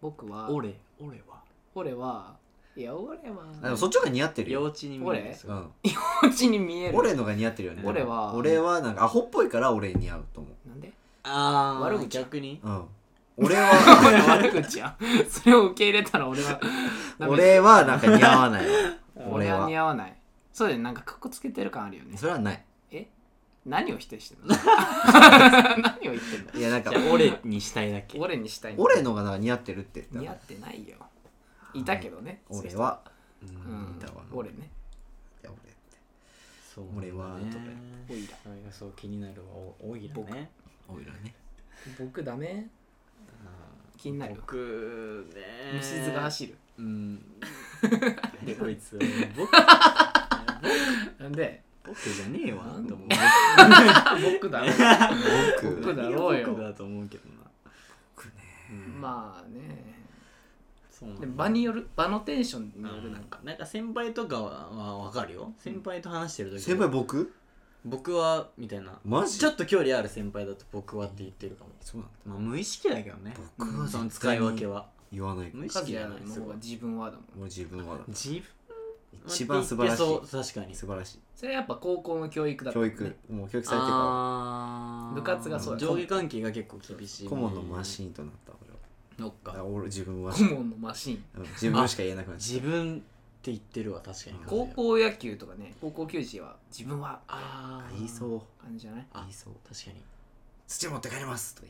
僕は
俺俺は
俺はいや俺
あで
は
もそっちの方が似合ってる
幼
よ
稚に見える
俺
す
う
ごい
ん
こっちに見える
俺のが似合ってるよね
俺は
俺はなんかアホっぽいから俺に似合うと思
なんで
あ
悪
悪
口
逆に
ううん俺
お
は
前悪口
*laughs*
やんそれを受け入れたら俺は
俺はなんか似合わない俺
俺は似
は
合わないそうだよねなんかカッコつけてる感あるよね
それはない
何を否定して
*laughs*
んの何を言ってんの
いやなんか
じゃあ俺にしたいだけ
俺にしたいの
俺のがなんか似合ってるって言っ
似
た
合
ら
ってないよいたけどね
俺は
う
そういう人うんん
いたわ
俺ね
いや俺って
そう
俺はとか
オイラ
それがそう気になるわおおいらね
おいらね
僕ダメ気になる
僕ね
虫図が走る
うん
*laughs*
でこいつ僕
なんで
僕じゃねえわと思う
僕 *laughs* だろ
僕
僕だろうよ
僕だと思うけどなうん
まあね
そうなんだ
でも場による場のテンションによるな
なんん
か
かなんか先輩とかははわかるよ先輩と話してる時
先輩僕
僕はみたいな
マジ
ちょっと距離ある先輩だと僕はって言ってるかも
そうなんだ
まあ無意識だけどね
僕は絶対
その
に
使い分けは
言わないも
無意
カ
識
ズ
じ
ヤ
ゃ
の
ないす
方
ご
が
い
自分はだもん
う自分はだ
自分
一番素晴らしい
そう確かに
素晴らしい
それはやっぱ高校の教育だった
教
もんね
育もう教育されてるか
あー
部活がそうだ
上下関係が結構厳しい
ら顧問のマシーンとなった俺は
のっ
だか
から
俺自分は
顧問のマシン
うん自分しか言えなくなっちゃ
自分って言ってるわ確かに
高校野球とかね高校球児は自分は
あ
う
あ
言いそう
感じじゃない
あ
言いそう
確かに
土持って帰りますとか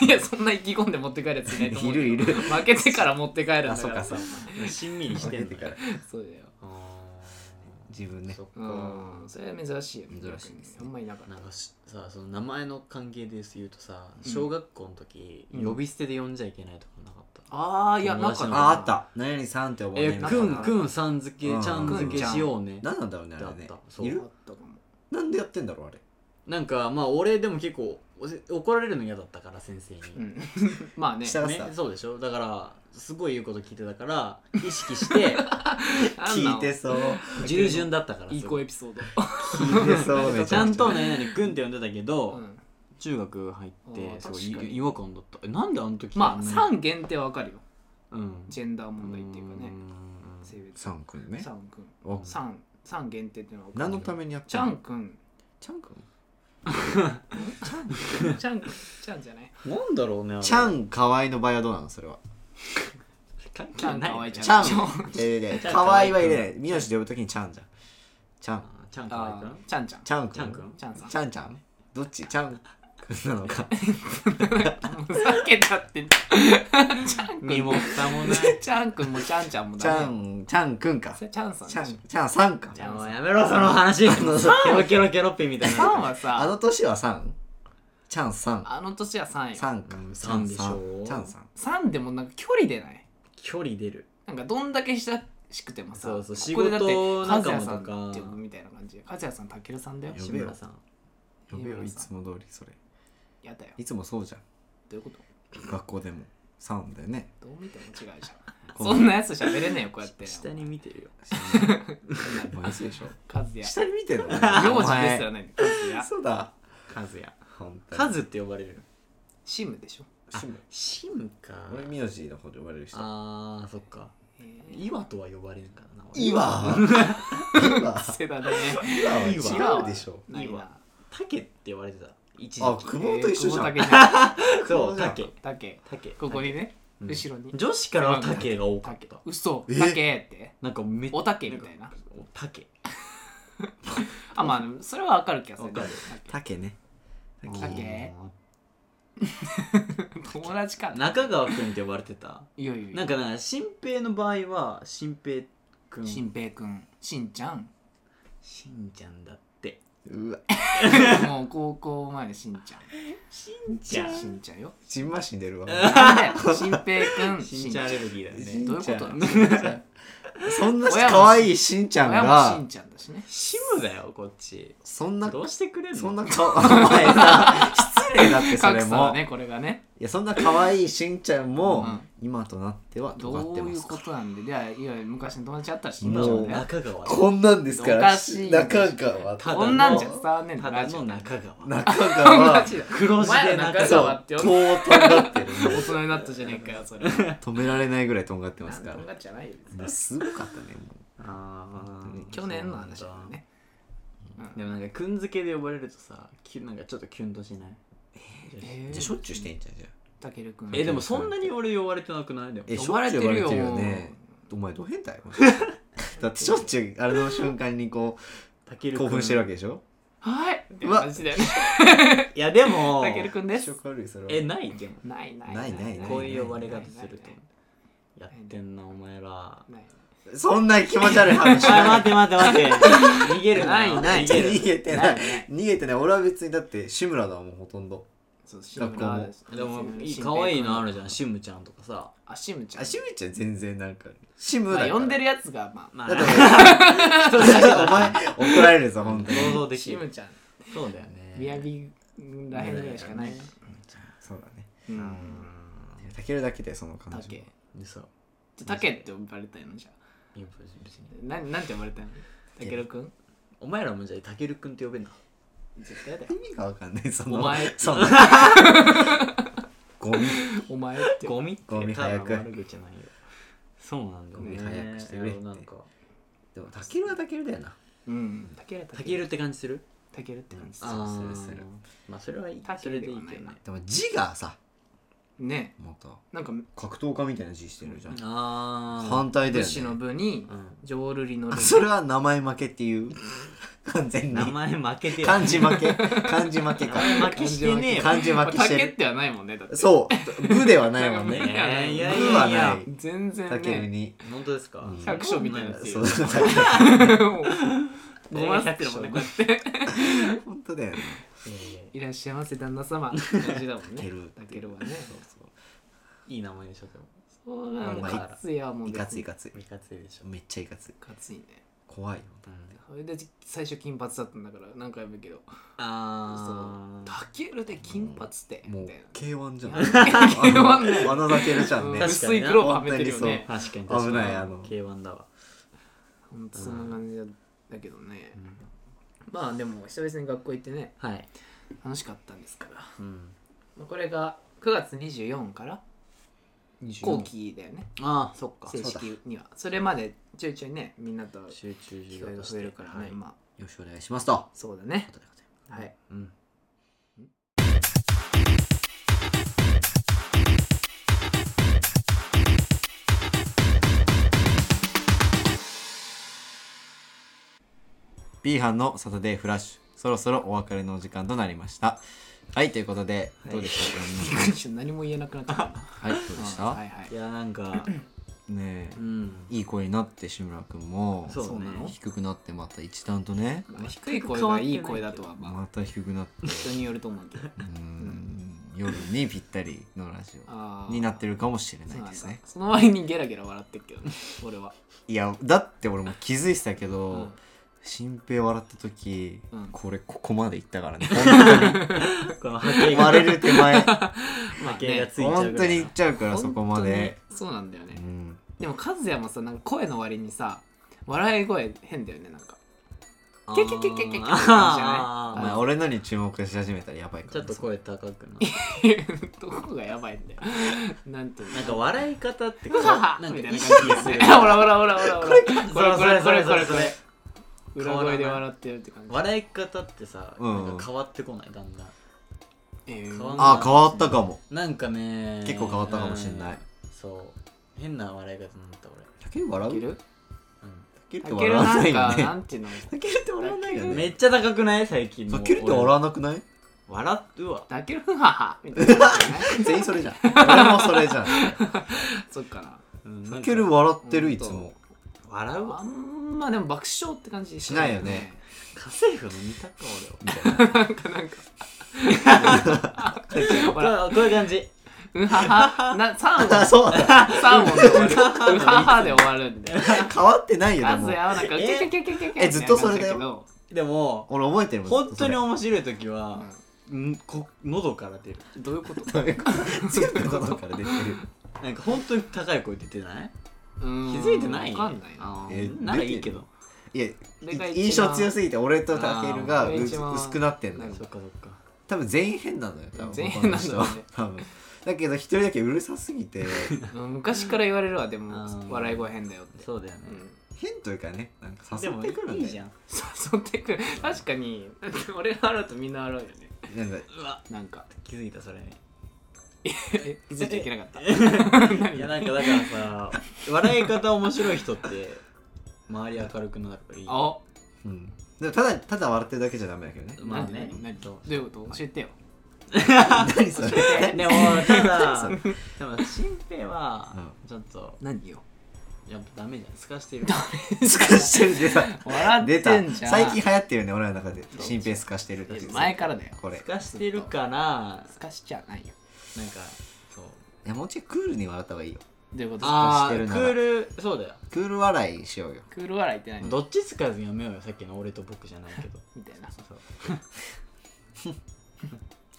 言ってね
いやそんな意気込んで持って帰るやついないと思うけど
いるいる
負けてから持って帰るんだから
あそっか
そう
そ
しんみりしてん
負け
の
てから
そうだよ
*laughs* あー
自分ね
そっか、
うんそれは珍しいよね
珍しいですね
あんまりなかった
なんかしさその名前の関係で言うとさ小学校の時、
うん
呼び捨てで呼んじゃいけないとかなかった、
ああいやな
友
ん
達
か
の
な
ああった何々さんって覚え
え
ないみたい
く
なん
くんさん付け
うん
ちゃん付けしようね
何なんだろうねあれね
だったそう
い
あ
る
ったかも
なんでやってんだろうあれ
なんかまあ俺でも結構おせ怒られるの嫌だったから先生に、
うん *laughs* まあね
下が
ね
さ、
そうでしょだからすごい言うこと聞いてた
*laughs*
から意識して
あんな
聞
の
いてそう
従順だったから
いい子エピソード
聞いてそうめちゃく
ちゃんと何々くんって呼んでたけど、
うん
中学入っ
あ
て
ー
すごい
確かに
違和感だったえなんであの時
まあ
ね
3限定はわかるよ
うん
ジェンダー問題っていうかね性別
さんくんね
三君
お
三三限定っていうのは分かる
何のためにやっ
ち
て
ゃ
ん
ん
の
くん
ちゃんくん
ちゃんくんちゃんじゃない
なんだろうねあれ
ちゃんかわいの場合はどうなのそれは
関係
ちゃん
ない
かわいち
ちゃん
ちゃん
いやいやい
ちゃ
や
ん
かわいは入れない名字で呼ぶときにちゃんじゃんちゃん
あーちゃんかわい
あ
くん
ーちゃんちゃん
ちゃんくん
ちゃんくん
ちゃんさん
ちゃんちゃんどっちちゃんくんなのか
ふざけた *laughs* って
身も蓋もない
ちゃんくんもちゃんちゃんも
ちゃ
ダメ
んちゃんくんか
それちゃんさん
ちゃ
で
ん
しょ
ちゃんさんか
ちゃん
も
さ
うんやめろその話ケロケロケロッピーみたい
さん
な
は
あ
さ
の年はさんちゃんさん
あの年は3
さ
よ
んか
うん
ちゃん
さんでしょ
ちゃんさん
3でもなんか距離出ない
距離出る
なんかどんだけ親しくてもさ
そうそう
ここでだって
仕事仲間
和也
とか
さんって呼ぶみたいな感じ和也さんたけるさんだよ
や
志
べえよ
村さん
呼べよ
い
い
いよ
つも通りそれ
やだよ
いつもそうじゃん
どういうこと
学校でもさんだよね
どう見ても違うじゃん
この
そんなやつ喋れねえよこうやって
下に見てるよ
お前嘘でしょ
和也名字
下に見てんの名
ですらない和也
そうだ
カズや
本当に
カズって呼ばれる
シムでしょ
シム
シムか
俺名字の方で呼ばれる人
あーそっか岩とは呼ばれるからな俺
いいわいいわ
世代だ
い
ね
いわ
いい
わ
違うでしょ
ない
いい
な
わタケって呼ばれてた一
あ
時期
久保と一緒じゃ
えー
ん
久保だけじゃん
そうタケ
だけ
タケ
ここにね
うん
後ろに
女子からはタケが多かっ
だけ
た
嘘
え
だけって
なんかめっ
おたけみたいなん
かおたけ
あまあそれはわかる気がするね
わかる
竹ね
タケ友達かな
中川くんって呼ばれてた
いやいやいや
なんかな新平の場合は新平くん
し
し
んぺいくんしんちゃん
んちゃんだって
うわ
もう高校前のしんちゃん
しんちゃん
しんちゃんよ
新馬死んでるわ
なんだよしんぺいくん
し
し
ん
ん
ち
ち
ゃん
ゃ
ア
ん
レルギーだ
し
よ
ん
ね
どういうことなの
そんな
親も
可愛いしんちゃん
親もし
が
んちゃんだしね
シムだよこっち
そんな
どうしてくれんの
そんなか *laughs* お前さ失礼だってそ
格
れ
差だ
も
ねこれがね
いやそんな可愛いしんちゃんも
うん
今となっては
ど
尖って
う
ま
いう
すか
こ
ら
となんでいやいや昔の友達あったらしんちゃんだよ
中川
こんなんですか
お
ら
かしい
中川
ただの
こんなんじゃ伝わんねえんだ
た
よラ
だ
ジオ
の中川
中川
マジだ
黒
お
字
前
で
ら
中
中
そ
川
う
川
って
こ
よ
うとんがってる
大人 *laughs* になったじゃねえかよそれ
止められないぐらいとんがってますから
なんとかじゃないよ別に
もうすごかったねも
あー
去年の話だからね
でもなんかくん付けで呼ばれるとさきゅなんかちょっとキュンとしない
う
え
じゃあしょっちゅうしていいんじゃんじゃあ
たけるくん
えでもそんなに俺呼ばれてなくないでも
え
呼ばれてるよ
しょっちゅう呼ばれてるよねお前ど変態だってしょっちゅうあれの瞬間にこ
たけ
う
る
興奮してるわけでしょ
はいって
うわ
感じだよね
いやでも
たけるくんです
悪いそれ
えないでも
ないない
ないない
こういう呼ばれ方すると
ない
やってんなお前ら
ないない
そんな気持ち悪い話
あ待って待って待って *laughs* 逃げる
ないない
逃げる
逃げてない逃げてない俺は別にだって志村だもんほとんど
そうシ
学校も
でもいい可愛いのあるじゃんシムちゃんとかさ
あシムちゃん
あ志村ちゃん全然なんか志村だ
ま
か
あ
ら
呼んでるやつがまあ
ま
だって
あ
*laughs* お前お前怒られるぞ本当に
想像でき
シム
る
ちゃん
そうだよ
みや
ね
びらへんぐらいしかないから
そうだね
う
うんん
たけるだけでその感
た
じ
け
でさ
じゃたけって呼ばれたいのじゃあ
いや別に
ななんて呼ばれたのたけるくん
お前らもじゃあたけるくんって呼べな
絶対だよ
意味がわかんないその
お前
そのゴミ
お前って
ゴミって
ゴミ
ただ
早
の
く
悪口ないよそうなんだよ
ゴ
ね
ミ早くしてくれって
なんか
でもたけるはたけるだよな
うんたける
たけるって感じする
たけるって感じ
うん
あー
するする
まあそれはいい
たけ
そ
る
れ
で
でい
はいないな
けどね
でも字がさ
ね
また
なんか
格闘家みたいな字してるじゃん
ああ
反対だ
武
よ
士の
ね
部に
うん
浄瑠璃の
あ
瑠
それは名前負けっていう完全
名
に
前負けてよ
漢字負け漢字負けか
名前負けしてねえよ
漢字
まあ
負けして
竹っ
る
てはないもんねだって
そう部ではないもん
なんか
ね
ね
いやいや
部はない
や
い
全然
竹
*laughs*
部
ね
に
本当ですか
うん
百姓みたいなやつ
そう
ごまんってるもんねこうやって
本当だよね
いやいや
いらっしゃいませ旦那
*laughs*
様って感じだもんね
竹部
たけるはね
いい名前でしょでも
そうなんだ
まあ
かつやもん
い
で
かついかつい
いかついでしょ
めっちゃいかつい
かついね
怖いよ
うん
それで最初金髪だったんだから何回も言うけど
あー
たけるで金髪って
も
み
う
たいな
K1 じゃん
K1 だよ
あのだけるじゃん
うん
ね
確か
薄
に
い
な
黒はめてるよね
確かに
危ないあの
K1 だわ
ほんとそんな感じだだけどね
ん
まあでも久々に学校行ってね
はい
楽しかったんですから
うん
まあこれが9月24から後期だよね
ああそっか
正式にはそれまでちょいちょいねみんなと
集中
機
授
会
業
が
とし
増
て
えるからね、
はい
まあ
よろしくお願いしますと
そうだね
*laughs*
はい
うん
ーハンのサタデーフラッシュそろそろお別れのお時間となりましたはいということでどうでしたか
ちょっと何も言えなくなっちゃ
*laughs*
ったな
はいどうでし
は
た
いはい
いやなんか
ねえ
うん
いい声になって志村くんも
そう
そうなの
ね
低くなってまた一段とね
まあ低い声がいい声だとはまあ
また低くなって
人によると思うけど
うーん夜にぴったりのラジ
あー
オになってるかもしれ
そ
な
うな
い
ん
で
だ
すね
その割にゲラゲラ笑ってるけどね *laughs* 俺は、
いやだって俺も気づいてたけど、
うん
*laughs* 新平笑った時、
うん
これここまでいったからね本
この波形
当割れる手前
波形がついちゃう
本
ぐ
当
らい
にい
な
っちゃうからそこまで、
本当にそうなんだよね、
うん、
でも和也もさなんか声の割にさ笑い声変だよねなんか *laughs* キャキャキャキャキャキャって感じじ
お
ゃ
前俺のに注目し始めたらやばいか
ちょ
ら
っ
ね、
と声高くな
ないどこがやばいんだよなんていうの
なんか笑い方ってこ
う
う
はは
なんか
みたい
意
な
識
感
す
じ
る
でほらほらほらほらほらこれこれこれこれこ
そ
れ
それ
裏声で笑ってるって感じ
笑い方ってさ
うん
なんか変わってこないだんだん
えー
変わんない
ああ変わったかも
なんかね
結構変わったかもしれない
うんそう変な笑い方になった
竹内笑
いけ
う
る
竹内
た
っ
け
て笑
る
わ
な
ない
ん
よ
か
ね
なんていうの
竹内って笑わないよ
俺め
ね
っちゃ高くない最近もう
竹内って笑わなくない
俺笑うわ
たけるははみたいな感じじゃない
全員それじゃん俺もそれじゃん
そっかな
うんなんか
竹ける笑ってるいつも
笑うわ
あんまでも爆笑って感じ
しないよね
家政婦の見たか
なんかなんか
俺はこれこういう感じ
うんははな3音
あそうだ
3音で終わるうんははで終わるんで
変わってないよで
あ
も
ずやはなんかキャキャキャキャキャキャ
えずっとそれだよ
みたいな感じ
でも
俺覚えてるもん
本当に
そ
面白い時はんこ喉から出る
けどどういうこと
れ全部喉から出てる
なんか本当に高い声出てない
気
気づいてない
わかんないな
あー
えー
ならいいけど
いや
これが一番
印象強すぎて俺とたける
あ
が
ー
う
一番
薄くなってんのよ
なん
そっかそっか
多分全員変なのよ多分
全員変なんだろうね
他の人多分だけど一人だけうるさすぎて
うん昔から言われるわでも
あー
笑い声変だよって
そうだよね
うん
変というかねなんか
で
誘っ
も
てくるんだよ
いいじゃん
誘ってくる確かにだって俺が笑うとみんな笑うよね
なんか
うわ
なん *laughs* か
気づいたそれ *laughs* に
え気づいちゃいけなかった
いやなんかだからさ笑い方面白い人って周り明るくなるからいい
あ
うんでもただただ笑ってるだけじゃダメだけどね
まあ
何
ね
何
そ
ど
う
ういうこと教えてよ
何それ
でもた *laughs* だでも新平はちょっと
何よ
やっぱダメじゃんすかしてる
スカしてるでさ
*laughs* 笑っ
出
て
た
んじゃん
最近流行ってるよね俺の中で新平スカしてるって
いや前からだよ
これ
すかしてるからなんか
すかしちゃないよ
そう
いやもうちょいクールに笑った方がいいよ
どういうこと
あ
してる
ーク
なら
ールそうだよ
クール笑いしようよ
クール笑いって何
どっちつかずやめようよさっきの俺と僕じゃないけど
みたいな
そう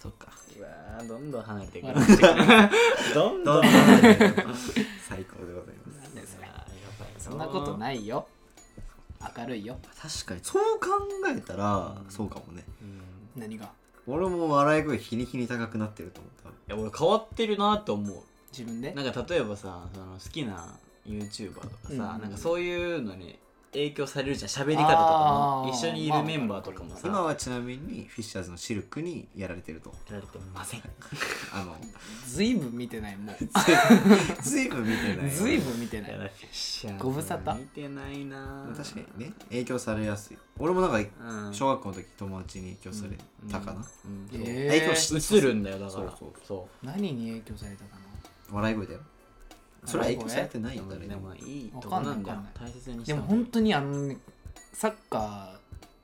そっか
うわーどんどん離れていく
笑ってくれ
ど
ど
んど
ん *laughs*
ん
どん
離れていく
最高でございま
なんだよそれ
あーやばい
そんなこと
い、
ないよ明るいよ
す確かにそう考えたらそうかもね
うん
何が
俺も笑い声日に日に高くなってると思った
いや俺変わってるなと思
自分で
*laughs* うなんか例えばさその好きな YouTuber とかさ、
うんうん
なんかそういうのに影響されるじゃん喋り方とかも
あー
一緒にいるメンバーとかもさ、
今はちなみにフィッシャーズのシルクにやられてると
やられてません
*laughs*
あの
ずいぶん見てない *laughs* もう
ずいぶん見てない
ずいぶん見てな
やら
い
れてしゃ
ご無沙汰
見てないな
確かにね影響されやすい俺もなんか
うん
小学校の時友達に影響されたかな、
うん
えー
影響し
映るんだよだから
そうそう
何に影響されたかな
笑い声だよそれは影響されてないよ
で
誰に
もで
も
もいいと
わ
こ
かんな
ないんだよ
わか
大切にし
で
た
も本当にあのねサッカー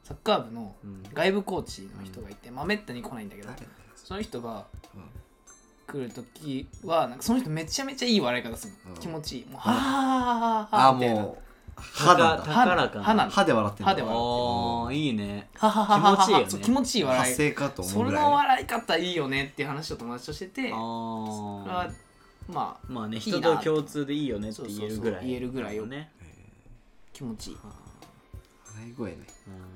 サッカー部の
うん
外部コーチの人がいて、まあめったに来ないんだけど
誰だよ
その人が
うん
来る時はなんかその人めちゃめちゃいい笑い方するの、
うん
気持ちいいもう「は
うん
あはあはあは
あ
あ」
あ
みたいな
もう歯なんだ
歯
高らかな
歯なの
歯で笑ってる
歯で笑
ああいいね
ははははは
気持ちいいよね
そう気持ちいい笑
発
い
生かと思
そう
ぐ
の
らいね
笑い方いいよねっていう話を友達としてて
あ
これ
あ
はまあ
まあね
いいな
人と共通でいいよねって言えるぐら
そうそうそ
いう
言えるぐらいよ
ね
気持ちいい
笑い声ね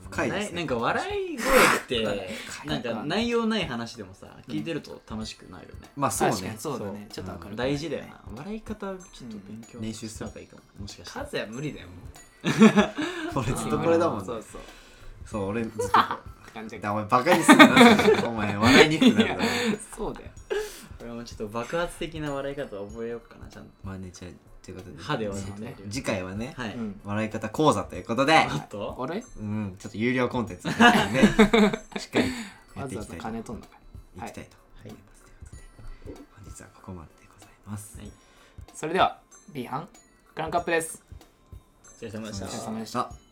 うん
深いですね
なんか笑い声ってなんか内容ない話でもさ聞いてると楽しくなるよね
まあそう
確か
ね
にそうだねちょっと明るくなる
うん大事だよな笑い方ちょっと勉強
うん練習すれば
いいかももしかした
カ
ら
ズヤ無理だよも
俺
う
ずっとこれだもんね
そうそう
そう俺ずっとこれ
って感じ
だ
だ
お前バカにすんなお前笑いにくくなるだろ
けど *laughs* そうだよ
俺もちょっと爆発的な笑い方を覚えようかなちゃんと
まあねちゃんということで
歯で笑
そう
っ
ね
て
次回はね、
はい、
うん
笑い方講座ということで、
あと
あれ
うん、ちょっと有料コンテンツ
*laughs*
なので、しっかりや
わ
っ
ざ
てい
わ
きた
ざ
いと
金取んだか
いきたいと
はい
思います、ということで本日はここまででございます、
はい
らそれでは B 班クランクアップです
お疲れ様でし
お疲れ
た
様でした
さあ